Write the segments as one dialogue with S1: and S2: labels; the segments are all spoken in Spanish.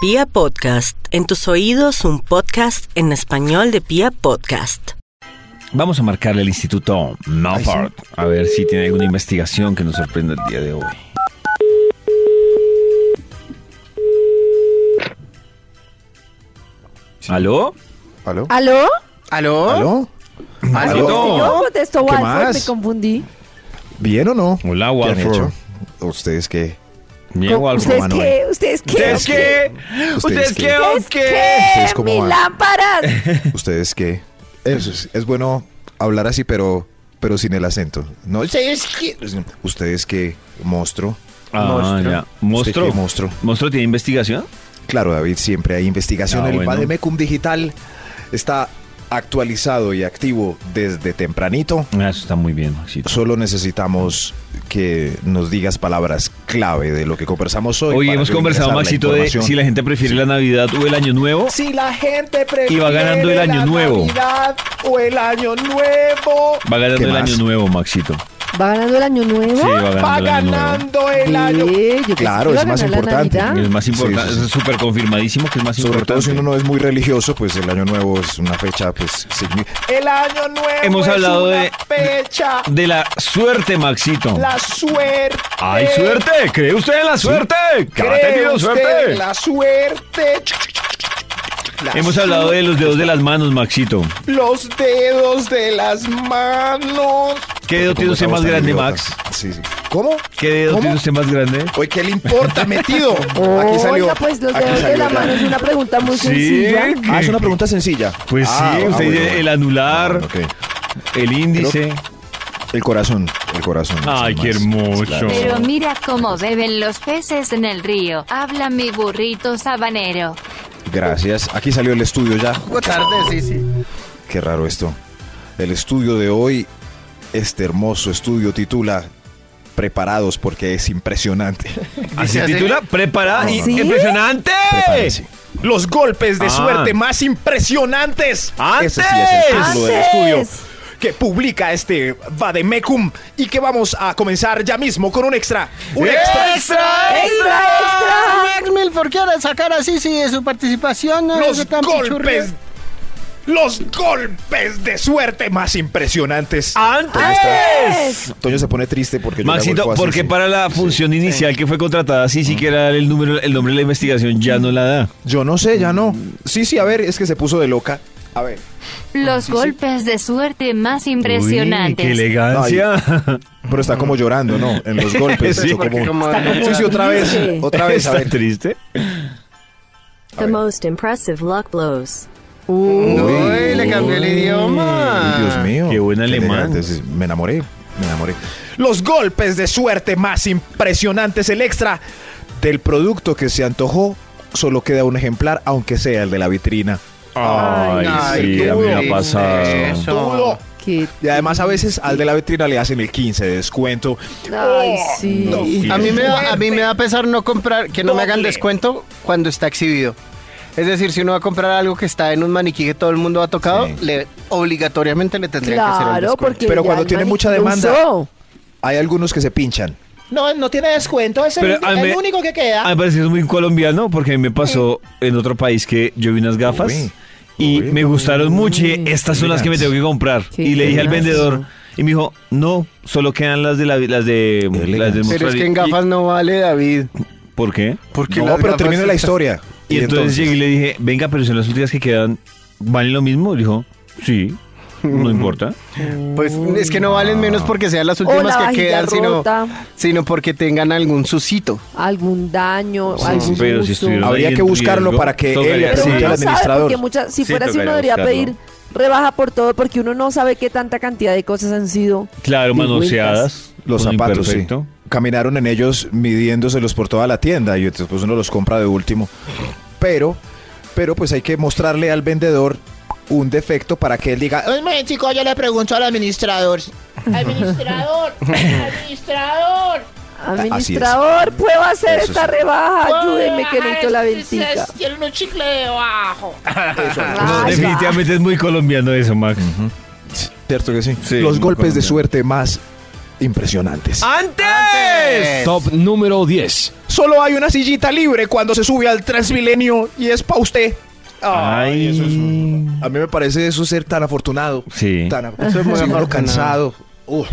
S1: Pia Podcast, en tus oídos un podcast en español de Pia Podcast.
S2: Vamos a marcarle al Instituto Milford a ver si tiene alguna investigación que nos sorprenda el día de hoy. ¿Aló?
S3: ¿Aló?
S4: ¿Aló?
S5: ¿Aló?
S3: ¿Aló?
S5: ¿Aló?
S2: ¿Aló?
S4: No contestó
S3: ¿Qué
S4: Walford,
S3: más?
S4: me confundí.
S3: ¿Bien o no?
S2: Hola,
S3: ¿Qué han
S2: Walford.
S3: hecho? ¿Ustedes qué?
S2: Bien, Walford.
S4: ¿Ustedes qué? ¿Ustedes qué?
S2: ¿Ustedes qué? ¿Ustedes
S3: ¿Ustedes
S2: qué
S3: qué?
S2: o
S4: ¿Ustedes
S2: qué?
S3: ¿Ustedes cómo
S4: ¡Mi
S3: van?
S4: lámpara!
S3: ¿Ustedes qué? Eso es, es bueno hablar así, pero, pero sin el acento. No, ¿ustedes qué? ¿Ustedes qué? ¿Monstruo?
S2: Ah,
S5: Monstruo.
S2: ya.
S3: ¿Usted
S2: ¿Monstruo?
S3: qué monstruo?
S2: ¿Monstruo tiene investigación?
S3: Claro, David, siempre hay investigación.
S2: Ah,
S3: el
S2: bueno.
S3: Bademecum Digital está actualizado y activo desde tempranito.
S2: Ah, Eso está muy bien, Maxito.
S3: Solo necesitamos que nos digas palabras clave de lo que conversamos hoy.
S2: Hoy
S3: para
S2: hemos
S3: yo
S2: conversado,
S3: ingresar la
S2: Maxito, de
S3: información.
S2: si la gente prefiere la Navidad o el Año Nuevo.
S3: Si la gente prefiere
S2: Y va ganando el año
S3: la
S2: nuevo.
S3: Navidad o el año nuevo.
S2: Va ganando
S3: ¿Qué
S2: el
S3: más?
S2: Año Nuevo, Maxito. Sí,
S4: ¿Va ganando el año nuevo?
S2: va ganando el Año Nuevo.
S3: el
S4: Ve, yo pensé
S3: Claro,
S4: que
S3: es
S4: iba a
S3: más
S4: ganar la
S3: importante.
S4: Navidad.
S2: Es más
S3: Ah. Sí, sí,
S2: importante,
S3: sí.
S2: es súper confirmadísimo que es más
S3: Sobre
S2: importante.
S3: todo si uno no es muy religioso, pues el año nuevo es una fecha, pues signi- El año nuevo
S2: Hemos hablado de-
S3: fecha.
S2: De la suerte, Maxito.
S3: suerte.
S2: ¡Hay suerte! ¿Cree usted en la suerte? ¿Que ha tenido suerte?
S3: suerte. La
S2: Hemos hablado de los dedos de las manos, Maxito.
S3: Los dedos de las manos.
S2: ¿Qué dedo tiene usted más grande, Max?
S3: Sí, sí. ¿Cómo?
S2: ¿Qué dedo
S3: ¿Cómo?
S2: tiene usted más grande?
S3: Oye, ¿qué le importa, metido?
S4: Oiga, pues los
S3: aquí
S4: dedos de
S3: salió
S4: la
S3: ya.
S4: mano es una pregunta muy
S2: Sí.
S4: sencilla.
S3: Ah, es una pregunta sencilla.
S2: Pues
S3: Ah,
S2: sí,
S3: ah,
S2: usted
S3: bueno,
S2: dice
S3: bueno.
S2: el anular,
S3: Ah, ok.
S2: el índice.
S3: El corazón, el corazón.
S2: Ay,
S3: sí,
S2: qué
S3: más.
S2: hermoso.
S6: Pero mira cómo beben los peces en el río. Habla mi burrito sabanero.
S3: Gracias. Aquí salió el estudio ya.
S5: Buenas tardes, sí, sí.
S3: Qué raro esto. El estudio de hoy, este hermoso estudio titula Preparados porque es impresionante.
S2: Así
S5: Dice así.
S2: titula, preparada
S3: Ah,
S2: y
S4: ¿Sí?
S2: impresionante.
S3: Prepárense.
S7: Los golpes de
S2: Ah.
S7: suerte más impresionantes
S2: ¡Antes!
S3: Ese sí es el título del
S4: ¡Antes!
S3: estudio.
S7: que publica este Vademecum y que vamos a comenzar ya mismo con un extra. Un
S2: ¡Eh!
S7: extra.
S2: ¡Extra!
S4: ¡Extra, extra!
S8: Max Milford quiere sacar a Sisi de su participación.
S9: Ah,
S8: ¿no?
S7: Los
S8: Ese tan pichurrión.
S7: golpes. Los golpes de suerte más impresionantes.
S9: Ah,
S2: ¡Antes!
S3: Toño se pone triste porque yo le hago el
S2: Maxito,
S3: fácil,
S2: porque
S3: sí.
S2: para la
S3: Sí.
S2: función inicial que fue contratada, sí, sí que era el número, el nombre de la investigación, ya no la da.
S3: Yo no sé, ya no. Sí, sí, a ver, es que se puso de loca. A ver.
S6: Los golpes de suerte más
S2: Uy, ¡Qué
S6: impresionantes.
S2: elegancia!
S3: Pero está como llorando, ¿no? En los golpes.
S2: Sí,
S3: yo
S5: porque como-
S3: Sí, sí, otra vez.
S4: Sí.
S3: Otra vez, a
S2: ¿Está
S3: ver.
S2: triste?
S10: The most impressive luck blows.
S5: Uy, le cambió el idioma.
S3: Dios mío.
S2: Qué buen alemán.
S3: elegante, sí, Me enamoré, me enamoré.
S7: Los golpes de suerte más impresionantes. El extra.
S3: Del producto que se antojó, solo queda un ejemplar, aunque sea el de la vitrina.
S2: Ay,
S5: Ay,
S2: sí,
S5: qué
S2: a mí me ha
S5: lindo
S2: pasado.
S5: eso.
S7: Todo.
S4: Qué-
S3: Y además a veces al de la vitrina le hacen el 15 de descuento.
S4: Ay, sí.
S8: A mí, me da, a mí me da pesar no comprar, que no me hagan
S7: Doble.
S8: descuento cuando está exhibido. Es decir, si uno va a comprar algo que está en un maniquí que todo el mundo ha tocado,
S3: Sí.
S8: le, obligatoriamente le tendría que hacer el
S4: Claro,
S8: descuento.
S4: porque
S3: Pero
S4: ya
S3: cuando
S4: el
S3: tiene
S4: maniquí
S3: mucha
S4: lo
S3: demanda.
S4: usó.
S3: Hay algunos que se pinchan.
S7: No, no tiene descuento. Es
S2: Pero a mí-
S7: que queda.
S2: A mí me parece que es muy colombiano porque a mí me pasó en otro país que yo vi unas gafas
S3: Uy,
S2: y
S3: uy,
S2: me gustaron mucho. y Estas son las que me tengo que comprar.
S4: Qué
S2: Y le dije al
S4: elegancia.
S2: vendedor y me dijo, no, solo quedan las de la, las de las del
S3: elegancia.
S8: Pero es
S2: mostrari-
S8: que en gafas no vale, David.
S2: Y- ¿Por qué?
S8: Porque
S3: No,
S8: las
S3: pero
S8: gafas
S3: termina la historia.
S2: Y, entonces, llegué y le dije, venga, pero son las últimas que quedan, ¿valen lo mismo? Y dijo, sí, no importa.
S8: Pues es que no valen menos porque sean las
S4: O la
S8: últimas que
S4: vajilla
S8: quedan, sino,
S4: rota,
S8: sino porque tengan algún sucito.
S4: algún daño,
S2: Sí,
S4: algún
S2: pero si
S4: gusto.
S2: estuvieron
S3: Habría
S2: ahí
S3: que
S2: en
S3: buscarlo
S2: riesgo,
S3: para que
S2: tocaría-
S3: él le
S4: Pero
S3: Sí, al
S4: uno no sabe,
S3: administrador.
S4: porque muchas, si
S2: Sí,
S4: fuera así
S2: tocaría
S4: uno debería
S2: buscarlo.
S4: pedir rebaja por todo, porque uno no sabe qué tanta cantidad de cosas han sido.
S2: Claro,
S4: Disculpas.
S2: manoseadas.
S3: Los
S2: con
S3: zapatos, sí.
S2: imperfecto.
S3: Caminaron en ellos midiéndoselos por toda la tienda y entonces pues, uno los compra de último. Pero, pero pues hay que mostrarle al vendedor un defecto para que él diga, "Ay,
S7: Un chico, yo le pregunto al administrador.
S9: Administrador, administrador.
S4: Administrador, puedo hacer
S3: Eso
S4: esta
S3: sí.
S4: rebaja, ayúdeme
S9: Ay,
S4: que necesito la
S9: este
S4: ventica.
S9: ustedes Tienen un chicle debajo.
S2: No,
S4: Ay,
S2: definitivamente es muy colombiano eso, Max.
S3: ¿Cierto que sí?
S2: Sí,
S3: Los
S2: muy
S3: golpes de
S2: colombiano.
S3: suerte más impresionantes.
S5: ¡Antes!
S11: Top número 10.
S7: Ah, Solo hay una sillita libre cuando se sube al Transmilenio y es pa' usted.
S2: Ay,
S3: eso es un- a mí me parece eso ser tan afortunado.
S2: Sí.
S3: Tan eso es muy cansado. Uf.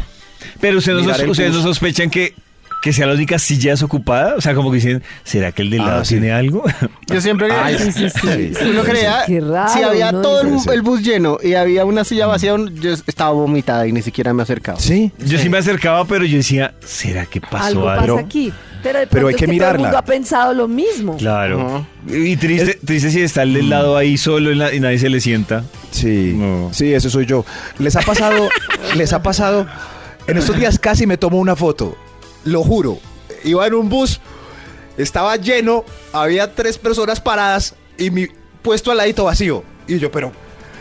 S2: Pero ustedes, no,
S3: Mirar el
S2: ustedes no
S3: bus.
S2: sospechan que, que sea la única silla desocupada. O sea, como que dicen, ¿será que el del
S3: Ah,
S2: lado
S3: sí.
S2: tiene algo?
S8: Yo siempre
S3: Ay,
S4: Sí, sí, sí.
S8: uno creía
S4: Qué raro,
S8: si había
S4: ¿no?
S8: todo
S3: Puede
S8: el,
S3: ser.
S8: el bus lleno y había una silla vacía, un- yo estaba vomitada y ni siquiera me acercaba.
S3: Sí.
S2: Yo sí me acercaba, pero yo decía, ¿será que pasó
S4: Algo
S2: algo?
S4: pasa aquí. Pero, de
S3: pero
S4: pronto
S3: hay
S4: es
S3: que
S4: Todo el
S3: mirarla.
S4: mundo ha pensado lo mismo.
S2: Claro. Y triste, triste si está el del lado ahí solo y la- y nadie se le sienta.
S3: Sí,
S2: No.
S3: sí, ese soy yo. Les ha pasado, les ha pasado. En estos días casi me tomo una foto, lo juro. Iba en un bus, estaba lleno, había tres personas paradas y mi puesto al ladito vacío. Y yo, pero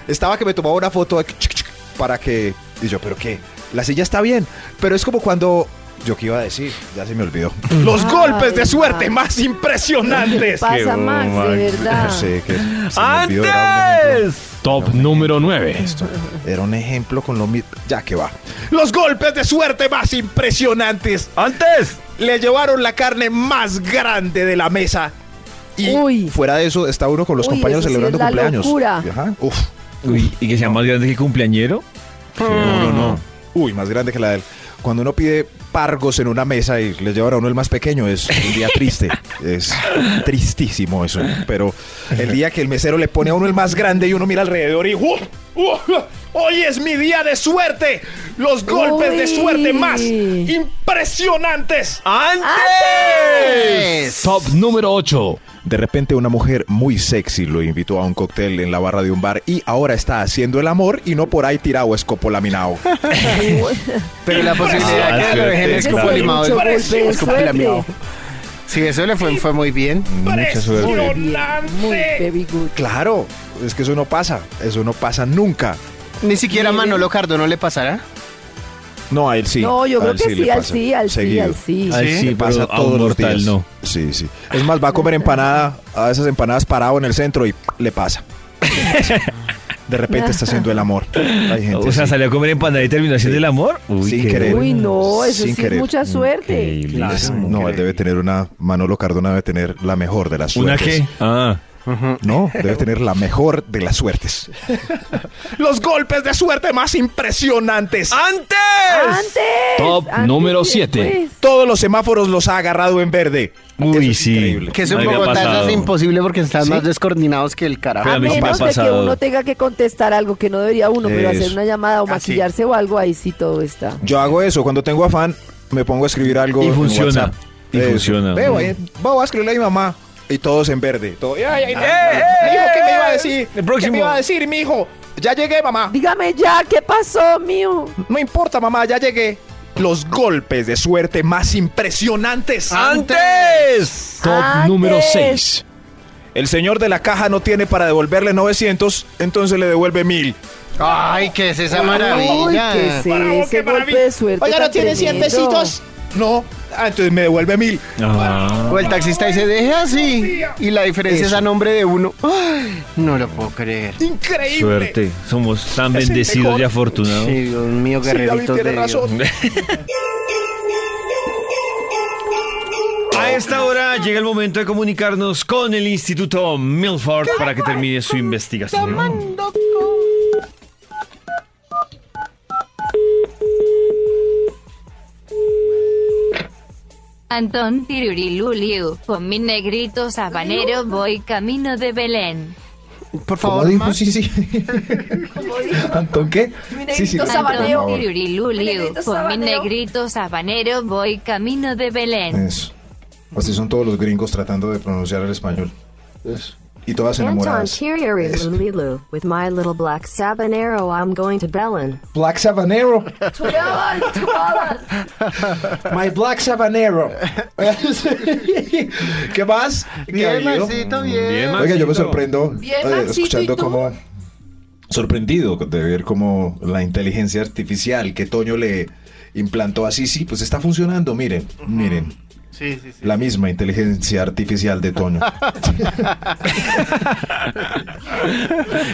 S3: estaba que me tomaba una foto aquí, chic, chic, para que. Y yo, pero qué, la silla está bien. Pero es como cuando. Yo qué iba a decir, ya se me olvidó. Ah,
S7: Los
S4: Ay,
S7: golpes de
S4: Max.
S7: suerte más impresionantes.
S4: Pasa, Max, de verdad.
S3: No sé qué. se me olvidó, era un ejemplo.
S2: ¡Antes!
S11: Top número 9.
S3: Era un ejemplo con lo mismo. Ya que va.
S7: Los golpes de suerte más impresionantes.
S2: ¡Antes!
S7: Le llevaron la carne más grande de la mesa.
S3: Y
S4: Uy.
S3: fuera de eso, está uno con los
S4: Uy,
S3: compañeros
S4: eso sí
S3: celebrando
S4: es la
S3: cumpleaños.
S4: locura.
S3: Ajá. Uf.
S2: Uy, ¿y que sea más grande que cumpleañero?
S3: No, no, no. Uy, más grande que la del. Cuando uno pide pargos en una mesa y le llevan a uno el más pequeño, es un día triste. es tristísimo eso. Pero el día que el mesero le pone a uno el más grande y uno mira alrededor y. ¡uh!
S7: ¡Uh! Hoy es mi día de suerte. Los golpes de
S4: Uy.
S7: suerte más impresionantes.
S8: ¡Antes!
S11: Top número 8.
S3: De repente una mujer muy sexy lo invitó a un cóctel en la barra de un bar y ahora está haciendo el amor y no por ahí tirado escopolaminado.
S8: Pero la posibilidad
S2: Ah,
S8: de que lo
S2: suerte,
S8: dejen
S2: claro.
S8: escopolimado
S4: Mucho golpe de
S8: es escopolamado.
S4: suerte.
S8: Sí, eso le fue, fue muy bien.
S2: Mucha suerte.
S4: Muy
S7: Impresionante.
S4: baby good.
S3: Claro, es que eso no pasa, eso no pasa nunca.
S8: Ni siquiera a Manolo Cardo no le pasará.
S3: No, a él sí.
S4: No, yo
S3: A
S4: creo
S3: él
S4: que sí,
S3: le
S4: al
S3: pasa.
S4: sí, al sí,
S3: Seguido.
S4: al sí.
S2: Al sí,
S3: Le
S2: pero
S3: pasa
S2: a un
S3: todos los
S2: mortal
S3: días.
S2: no.
S3: Sí, sí. Es más, va a comer empanada, a esas empanadas parado en el centro y le pasa. De repente está haciendo el amor. Hay gente
S2: O sea,
S3: así.
S2: salió a comer empanada y terminación
S3: Sí.
S2: del amor. Uy,
S3: Sin
S2: qué
S3: querer.
S2: bueno.
S4: Uy, no, eso
S3: Sin
S4: sí es
S3: querer.
S4: mucha suerte.
S2: Increíble.
S8: Claro.
S2: Eso.
S3: No, él debe tener una. Manolo Cardona debe tener la mejor de las
S2: ¿Una
S3: suertes.
S2: qué? Ah.
S3: No, debe tener la mejor de las suertes.
S7: Los golpes de suerte más impresionantes.
S4: Antes.
S11: Top
S4: antes pues.
S11: número
S4: y
S11: siete.
S4: después.
S7: Todos los semáforos los ha agarrado en verde.
S2: Uy, sí.
S8: Que eso
S2: Me
S8: en
S2: había
S8: Bogotá eso
S2: pasado.
S8: es imposible porque están
S3: ¿Sí?
S8: más descoordinados que el
S4: A
S8: carajo.
S2: Pero a mí sí me ha
S4: menos de que
S2: pasado.
S4: uno tenga que contestar algo que no debería uno, pero hacer
S3: Eso.
S4: una llamada o
S8: Ah, sí.
S4: maquillarse o algo, ahí sí todo está.
S3: Yo hago eso. Cuando tengo afán, me pongo a escribir algo.
S2: Y
S3: en
S2: funciona.
S3: WhatsApp.
S2: Y
S3: Eso.
S2: funciona.
S3: Veo, ahí, voy a escribirle a mi mamá. Y todos en verde. todo, "Ay, eh, ay, ay,
S7: Me dijo que me iba a decir.
S2: Ah, Eh, El próximo.
S7: ¿Qué me iba a decir, mi hijo? Ya llegué, mamá.
S4: Dígame ya, ¿qué pasó, mío?
S7: No importa, mamá, ya llegué. Los golpes de suerte más impresionantes.
S2: ¡Antes!
S11: Top
S4: Antes.
S11: número 6.
S3: El señor de la caja no tiene para devolverle 900, entonces le devuelve 1000.
S8: Ay, ¿qué es esa
S4: Uy,
S8: maravilla?
S4: ¿qué es
S7: Bravo, qué
S4: ese golpe
S7: maravilla.
S4: de suerte
S7: Oiga, ¿no
S4: tan
S7: tiene 100
S4: tremendo?
S7: pesitos? No. Ah, entonces me devuelve 1000.
S2: Ah.
S8: O el taxista dice, deje así. Y la diferencia es a nombre de uno. Ay, no lo puedo creer.
S7: Increíble.
S2: Suerte. Somos tan
S7: Es el
S2: bendecidos
S7: mejor.
S2: y afortunados.
S8: Sí, Dios mío,
S7: Sí, David
S8: guerreritos
S7: tiene
S8: de Dios.
S7: razón.
S2: A esta hora llega el momento de comunicarnos con el Instituto Milford para que termine su investigación.
S6: Antón Tiruriluliu, con mi negrito sabanero voy camino de Belén.
S8: Por favor, ma.
S3: Sí, sí. ¿Antón qué?
S4: Mi negrito sabaneo.
S6: Antón Tiruriluliu,
S4: Negrito
S6: con mi
S4: sabanero.
S6: negrito sabanero voy camino de Belén.
S3: Eso. Así son todos los gringos tratando de pronunciar el español. Y todas
S10: Anton
S3: enamoradas.
S10: Tiririlulilu, with my little black sabanero, I'm going to Belen.
S3: Black Sabanero.
S4: Ay, tú hablas.
S3: My Black Sabanero. ¿Qué más?
S8: Bien, Maxito, bien.
S2: Bien, Maxito.
S3: Oiga, yo me sorprendo
S4: Bien,
S3: eh,
S4: Maxito, ¿y
S3: escuchando
S4: tú?
S3: cómo... Sorprendido de ver cómo la inteligencia artificial que Toño le implantó a Sisi, pues está funcionando, miren, miren.
S8: Sí, sí, sí.
S3: La misma inteligencia artificial de Toño.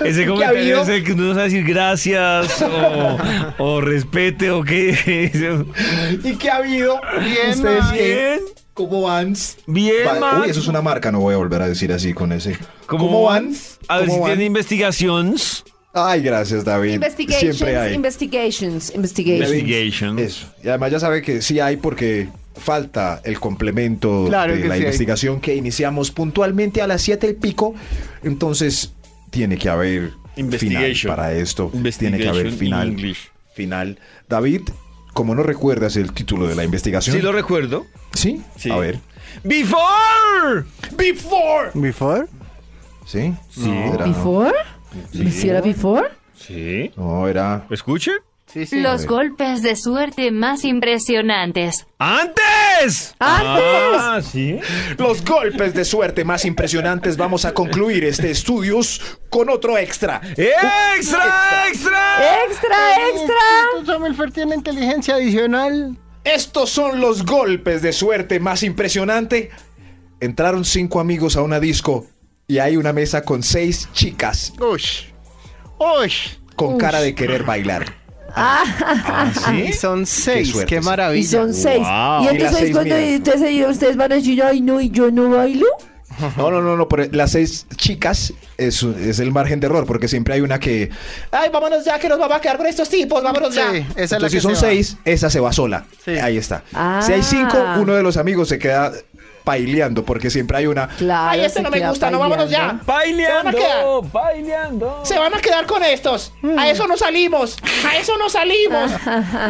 S2: Ese comentario es el que uno no sabe decir gracias o, o respete o qué.
S12: ¿Y qué ha habido?
S8: Bien,
S12: ¿Ustedes
S8: ma.
S12: qué? ¿Cómo van?
S2: Bien,
S3: Vale,
S2: man.
S3: Uy, eso es una marca, no voy a volver a decir así con ese.
S2: ¿Cómo, van? A ver
S3: ¿Cómo
S2: si
S3: van?
S2: tienen investigaciones.
S3: Ay, gracias, David.
S4: Investigations,
S3: Siempre hay.
S4: investigations, investigations.
S2: Investigation.
S3: Eso. Y además ya sabe que sí hay porque falta el complemento
S8: Claro
S3: de
S8: que
S3: la
S8: sí hay.
S3: investigación que iniciamos puntualmente a las 7 el pico. Entonces, tiene que haber final
S2: Investigation.
S3: para esto. Tiene que
S2: Investigation
S3: haber
S2: in
S3: final.
S2: English.
S3: Final. David, como no recuerdas el título de la investigación?
S2: Sí, lo recuerdo.
S3: ¿Sí?
S2: Sí.
S3: A ver.
S2: Before.
S3: Before.
S8: ¿Before?
S3: ¿Sí?
S2: Sí.
S3: Era, no.
S4: ¿Before? ¿Hiciera before?
S2: Sí.
S3: No, era...
S2: ¿Escuchen?
S8: Sí, sí.
S6: Los golpes de suerte más impresionantes.
S2: ¡Antes! ¡Antes! Ah, sí.
S3: Los golpes de suerte más impresionantes. Vamos a concluir este estudios con otro extra.
S2: ¡Extra, extra!
S4: ¡Extra, extra!
S8: Instituto Sommelfer tiene inteligencia adicional.
S3: Estos son los golpes de suerte más impresionante. Entraron cinco amigos a una disco y hay una mesa con seis chicas
S8: Ush. Ush.
S3: con cara de querer bailar. ¿Ah,
S8: Ah, Y son seis. Qué,
S3: suerte, sí.
S8: maravilla.
S4: Y son seis. Y
S3: Y las
S4: entonces
S3: seis
S4: cuando
S3: miran.
S4: entonces, ahí ustedes van a decir, ay no, y yo no bailo.
S3: No, no, no, no, pero las seis chicas es, es el margen de error porque siempre hay una que... ¡Ay, vámonos ya que nos vamos a quedar con estos tipos! ¡Vámonos
S8: Sí,
S3: ya!
S8: esa es la
S3: Entonces,
S8: que
S3: si son
S8: se va.
S3: seis, esa se va sola.
S8: Sí.
S3: Ahí está.
S4: Ah.
S3: Si hay cinco, uno de los amigos se queda baileando porque siempre hay una...
S4: Claro.
S9: Ay,
S4: se
S9: esto este no me
S4: queda
S9: gusta, no vámonos ya.
S4: bailando.
S9: Se van a quedar.
S2: ¡Baileando! ¡Baileando!
S9: Se van a quedar con estos.
S4: Hmm.
S9: A eso no salimos. A eso no salimos.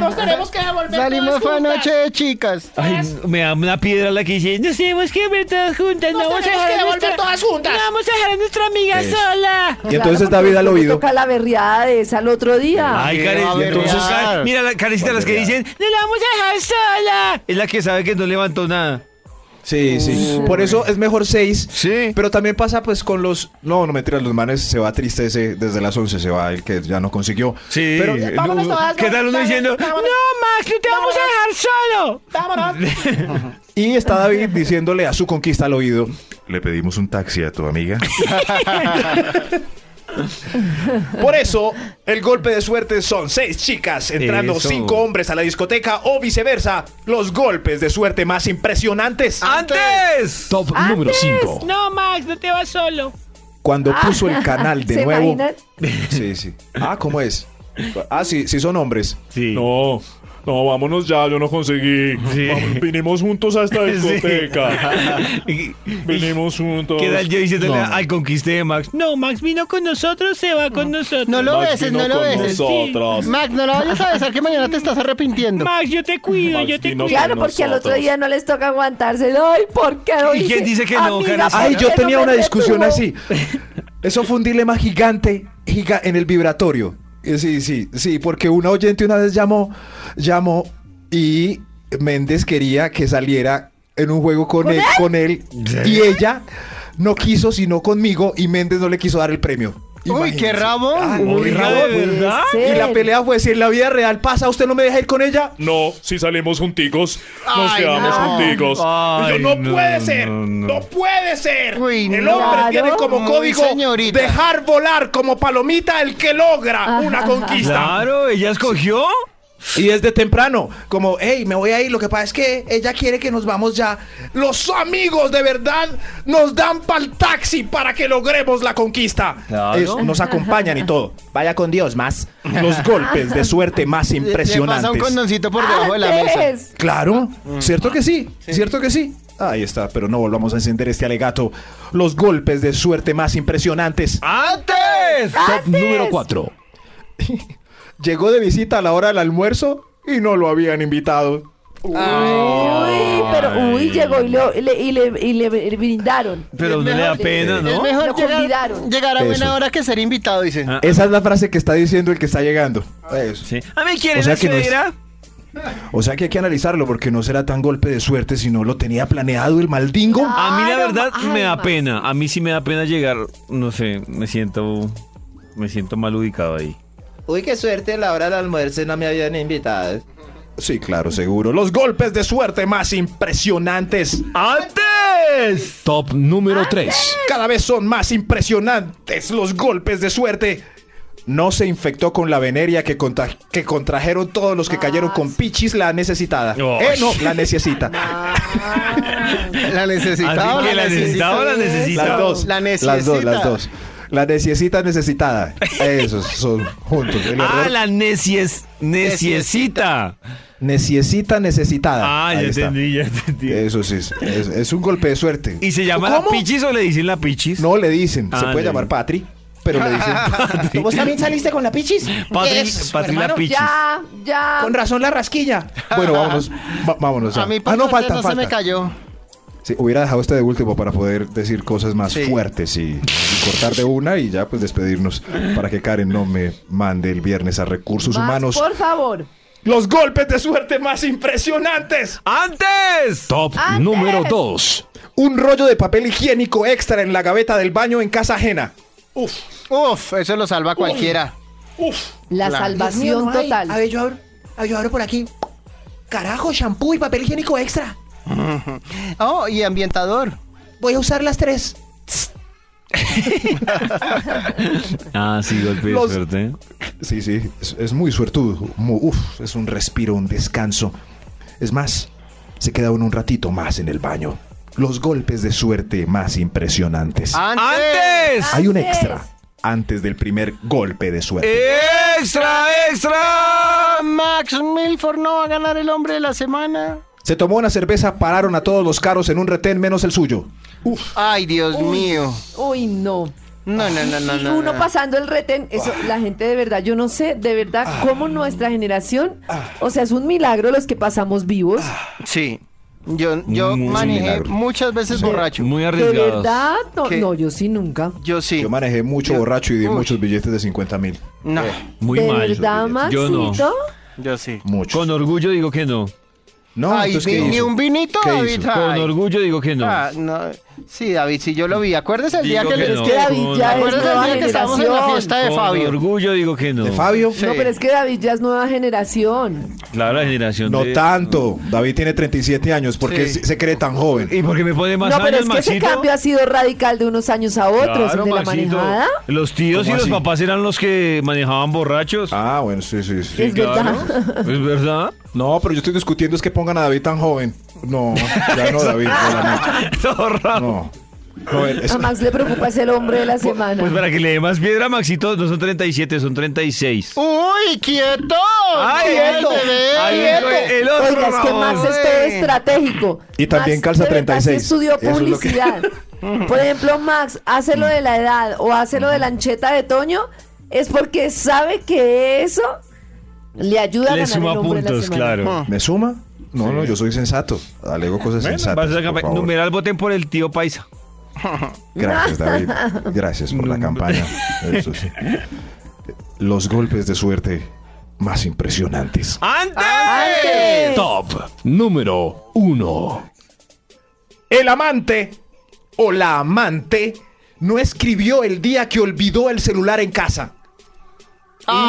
S9: Nos tenemos que devolver.
S8: Salimos fue
S9: todas juntas.
S8: anoche de chicas.
S2: Ay, me da una piedra la que dice, nos tenemos que ver todas juntas, no
S9: Nos
S2: vamos a
S9: tenemos que
S2: dejar a
S9: devolver
S2: nuestra...
S9: todas juntas.
S2: No vamos a dejar a nuestra amiga
S3: Eso.
S2: sola.
S3: Y entonces
S4: Claro,
S3: David al
S4: porque
S3: oído...
S4: Toca la berriada de esa al otro día.
S2: Ay,
S8: Qué
S2: Karen,
S8: va a
S2: entonces,
S8: berrear.
S2: Karen, mira, la, Karencita, las que dicen, no la vamos a dejar sola. Es la que sabe que no levantó nada.
S3: Sí, sí. Por eso es mejor seis.
S2: Sí.
S3: Pero también pasa pues con los... No, no mentiras, los manes se va triste ese, desde las 11 se va el que ya no consiguió.
S2: Sí.
S3: Pero eh,
S9: vámonos
S2: no,
S9: todas,
S2: ¿Qué tal uno
S9: vámonos,
S2: diciendo, no,
S9: vámonos.
S2: Max, no te vamos a
S9: Vámonos.
S2: dejar solo?
S3: Y está David diciéndole a su conquista al oído. Le pedimos un taxi a tu amiga. Por eso, el golpe de suerte son seis chicas entrando
S2: Eso.
S3: cinco hombres a la discoteca o viceversa. Los golpes de suerte más impresionantes.
S2: ¡Antes!
S13: Top número 5.
S9: No, Max, no te vas solo.
S3: Cuando puso el canal de
S4: ¿Se
S3: nuevo.
S4: imaginan?
S3: Sí, sí. Ah, ¿cómo es? Ah, sí, sí son hombres.
S2: Sí.
S14: No, no, vámonos ya, yo no conseguí.
S2: Sí.
S14: Vamos, vinimos juntos a esta
S2: Sí.
S14: discoteca. Vinimos juntos.
S2: ¿Qué tal yo diciéndole
S3: No.
S2: al conquiste de Max? No, Max vino con nosotros, se va con nosotros.
S8: No lo
S14: Max
S8: beses,
S14: vino
S8: no lo
S14: con
S8: beses.
S14: nosotros.
S8: Max, no lo vayas a besar que mañana te estás arrepintiendo.
S2: Max, yo te cuido,
S14: Max
S2: yo te
S14: vino
S2: cuido.
S4: Claro, porque al otro
S14: nosotros.
S4: día no les toca aguantarse. Ay, ¿por qué no
S2: ¿Y
S4: hice?
S2: quién dice que no,
S4: Amiga,
S2: Karen?
S4: ¿por
S3: Ay,
S4: qué
S3: yo
S4: no
S3: tenía
S4: me
S3: una discusión
S4: detuvo?
S3: así. Eso fue un dilema gigante giga- en el vibratorio. Eh, Sí, sí, sí, porque una oyente una vez llamó, llamó y Méndez quería que saliera en un juego con, él, con él y ella no quiso sino conmigo y Méndez no le quiso dar el premio.
S8: Uy, qué
S3: Imagínense.
S8: rabo.
S3: Ah,
S2: Uy,
S3: Oiga,
S2: ¿de
S3: puede
S2: verdad?
S4: ser.
S3: Y la pelea fue si en la vida real pasa, usted no me deja ir con ella.
S14: No, si salimos junticos, nos
S8: Ay,
S14: quedamos
S8: no.
S14: junticos.
S2: Ay,
S3: Y yo, no, puede
S2: no,
S3: ser,
S2: no,
S3: no,
S2: no.
S3: puede ser.
S8: Uy,
S3: el
S8: no.
S3: hombre tiene
S4: Claro,
S3: como
S8: muy
S3: código
S8: señorita.
S3: dejar volar como palomita el que logra una conquista.
S2: Claro, ella escogió.
S3: Y desde temprano, como, hey, me voy a ir, lo que pasa es que ella quiere que nos vamos ya. Los amigos de verdad nos dan pa'l taxi para que logremos la conquista.
S2: Claro.
S3: Es- nos acompañan y todo. Vaya con Dios, más. Los golpes de suerte más
S8: Le- Le pasa un
S3: impresionantes.
S8: condoncito por debajo de la mesa.
S4: Antes.
S3: Claro, ¿cierto que sí? ¿Cierto que sí? Ahí está, pero no volvamos a encender este alegato. Los golpes de suerte más impresionantes.
S2: Ah. ¡Antes!
S13: Top número 4.
S3: Llegó de visita a la hora del almuerzo y no lo habían invitado.
S4: Ah. Uy, pero uy, llegó y, lo- y le, y le- y le brindaron.
S2: Pero no le da pena,
S8: Es
S2: ¿no?
S8: mejor
S4: Lo
S8: llegar,
S4: convidaron.
S8: llegar a
S3: Eso.
S8: buena hora que ser invitado, dice.
S2: Ah.
S3: Esa es la frase que está diciendo el que está llegando. Eso.
S2: Sí. ¿A mí quién
S3: O
S2: es
S3: sea
S2: la
S3: que no es-
S2: suegra?
S3: O sea que hay que analizarlo porque no será tan golpe de suerte si no lo tenía planeado el maldingo.
S2: A mí la
S4: Claro,
S2: verdad
S4: ay,
S2: me da
S4: Max.
S2: pena. A mí sí me da pena llegar, no sé, me siento me siento mal ubicado ahí.
S15: Uy, qué suerte, la hora del almuerzo no me habían invitado.
S3: Sí, claro, seguro. Los golpes de suerte más impresionantes. ¡Antes! Ah.
S11: Top número 3.
S3: Cada vez son más impresionantes los golpes de suerte. No se infectó con la veneria que, contra- que contrajeron todos los que cayeron con pichis la necesitada.
S2: Oh.
S3: Eh, no, la necesita.
S8: La necesitaba,
S2: Así que la necesitaba o la necesita.
S8: Las dos. La necesita.
S3: Las dos, las dos. La necesita necesitada. Esos son juntos. El
S2: Ah,
S3: error-
S2: la necies, neciecita.
S3: Neciecita necesitada.
S2: Ah,
S3: Ahí
S2: ya
S3: está.
S2: entendí, ya entendí.
S3: Eso sí, es, es- es un golpe de suerte.
S2: ¿Y se llama la
S3: ¿Cómo?
S2: pichis o le dicen la pichis?
S3: No le dicen,
S2: Ah,
S3: se puede
S2: ya.
S3: llamar Patri, pero le dicen.
S9: ¿Vos también saliste con la pichis?
S2: Patri- Patri la
S9: hermano.
S2: pichis.
S4: Ya, ya.
S9: Con razón la rasquilla.
S3: Bueno, vámonos. va- vámonos.
S8: A
S3: ya.
S8: mí
S3: ah, no,
S8: por suerte
S3: falta,
S8: no se me
S3: falta.
S8: cayó.
S3: Sí, hubiera dejado este de último para poder decir cosas más
S8: Sí.
S3: fuertes y, y cortar de una y ya pues despedirnos para que Karen no me mande el viernes a recursos
S4: Más,
S3: humanos.
S4: Por favor.
S3: Los golpes de suerte más impresionantes.
S2: ¡Antes!
S11: Top
S4: Antes.
S11: número 2.
S3: Un rollo de papel higiénico extra en la gaveta del baño en casa ajena.
S9: Uf,
S8: Uf, eso lo salva cualquiera.
S9: uf.
S4: La
S8: Claro.
S9: Dios mío,
S4: salvación
S9: no hay.
S4: total.
S9: A ver, yo abro, a ver, yo abro por aquí. Carajo, shampoo y papel higiénico extra.
S8: Oh, y ambientador.
S9: Voy a usar las tres.
S2: Ah, sí, golpe de
S3: Los-
S2: suerte.
S3: Sí, sí, es, es muy suertudo. mu- uf, es un respiro, un descanso. Es más, se queda uno un ratito más en el baño. Los golpes de suerte más impresionantes.
S2: ¡Antes!
S3: Hay un extra antes del primer golpe de
S8: Eh.
S3: suerte.
S2: ¡Extra, extra!
S8: Max Milford no va a ganar el hombre de la semana.
S3: Se tomó una cerveza, pararon a todos los carros en un retén menos el suyo.
S8: Ay, Dios
S4: Uy,
S8: mío.
S4: Uy, no.
S8: No, no, no, no,
S4: Y
S8: no.
S4: uno
S8: no.
S4: pasando el retén, eso, la gente de verdad, yo no sé de verdad cómo nuestra generación, o sea, es un milagro los que pasamos vivos.
S8: Ah. Sí. Yo, yo
S2: Muy
S8: manejé
S3: milagro.
S8: muchas veces borracho.
S2: Muy
S4: De
S2: arriesgados.
S4: verdad, no,
S8: ¿Qué?
S4: no, yo sí nunca.
S8: Yo sí.
S3: Yo manejé mucho
S8: Yo-
S3: borracho y di
S8: Uy.
S3: muchos billetes de 50 mil.
S8: No,
S3: Eh.
S2: Muy
S4: ¿De
S2: mal.
S4: verdad,
S2: Yo no.
S4: Maxito?
S8: yo sí.
S3: Muchos.
S2: Con orgullo digo que no.
S3: No,
S8: Ay,
S3: entonces, ¿qué
S8: ni, ni
S3: hizo?
S8: un vinito,
S3: ¿Qué
S8: David.
S3: hizo?
S2: Con
S8: ay.
S2: orgullo digo que no.
S8: Ah, no. Sí, David, sí, yo lo vi. Acuérdese el día
S2: Digo
S8: que,
S2: que
S8: le-
S2: no.
S4: Es que David
S2: no,
S4: ya
S2: no.
S4: es
S8: ¿Acuérdate del
S4: nueva
S8: día que estábamos en la
S4: generación.
S8: fiesta de
S2: Con
S8: Fabio?
S2: orgullo digo que no.
S3: ¿De Fabio?
S8: Sí.
S4: No, pero es que David ya es nueva generación.
S2: Claro, la generación
S3: No
S2: de-
S3: tanto. David tiene 37 años. ¿Por qué
S8: Sí.
S3: se cree tan joven?
S2: ¿Y porque me pone más
S4: No,
S2: años,
S4: pero es que ese
S2: Maxito?
S4: cambio ha sido radical de unos años a otros,
S2: Claro,
S4: el de la
S2: Maxito.
S4: manejada.
S2: Los tíos y
S3: ¿Cómo
S2: los
S3: así?
S2: papás eran los que manejaban borrachos.
S3: Ah, bueno, sí, sí, sí.
S4: Es verdad.
S2: ¿Es verdad?
S3: No, pero yo estoy discutiendo es que pongan a David tan joven. No, ya no, David. realmente.
S2: Todo raro.
S3: No. No, él es-
S4: A Max le preocupa es el hombre de la semana.
S2: Pues para que le dé más piedra, Maxito, no son 37, son 36.
S8: ¡Uy, quieto!
S2: ¡Ay,
S8: ¡Quieto, bebé!
S2: Ahí fue el otro
S4: Oiga, es que Max
S2: Ramón.
S4: es todo estratégico.
S3: Y también
S4: Max
S3: calza
S4: de verdad sí
S3: 36.
S4: estudió
S3: Eso es lo que-
S4: publicidad. Por ejemplo, Max hace lo de la edad o hace lo de la ancheta de Toño es porque sabe que eso le ayuda a
S2: Le
S4: ganar
S2: suma
S4: el hombre de la
S2: puntos,
S4: semana.
S2: claro.
S8: Ah.
S3: ¿Me suma? No, no, yo soy sensato. Alego cosas
S2: Bueno,
S3: sensatas.
S2: vas a
S3: por
S2: campe-
S3: favor.
S2: numeral voten por el tío Paisa.
S3: Gracias, David. Gracias por la campaña. Eso sí. Los golpes de suerte más impresionantes.
S2: ¡Antes!
S11: Top número 1.
S3: El amante o la amante no escribió el día que olvidó el celular en casa.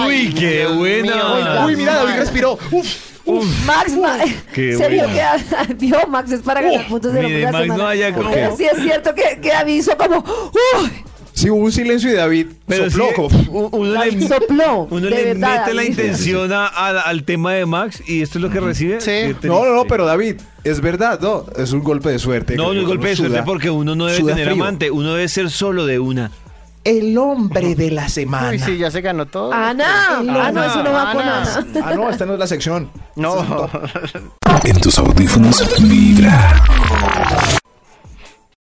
S2: ¡Uy, qué buena!
S8: oiga.
S3: Uy, mira, David respiró. Uf.
S4: Max, Ma-
S2: qué
S4: se vio
S2: buena.
S4: que Dios, Max es para ganar puntos del hombre
S2: Mire,
S4: de la
S2: Max
S4: semana.
S2: no haya
S3: ¿Por
S2: como...
S3: qué?
S4: Pero sí es cierto que, que aviso como ¡Uy!
S3: Sí, hubo un silencio y David
S2: Pero
S3: sopló.
S2: sí, eh,
S3: como-
S2: u- uno
S4: David
S2: le,
S4: sopló,
S2: uno
S4: de
S2: le
S4: verdad,
S2: mete la
S4: David.
S2: intención a- al- al tema de Max y esto es lo que recibe. Eh,
S8: Sí.
S2: Qué triste.
S3: No, no, no, pero David, es verdad, no, es un golpe de suerte.
S2: No, no es
S3: Uno
S2: golpe de suerte
S3: suda-
S2: porque uno no debe
S3: suda
S2: tener
S3: frío.
S2: amante, uno debe ser solo de una.
S3: El hombre de la semana.
S8: Uy, sí, ya se ganó todo.
S4: Ana, ah no, eso no va con
S8: Ana.
S4: Ana.
S3: Ah, no, esta no es la sección.
S8: No.
S11: En tus audífonos vibra.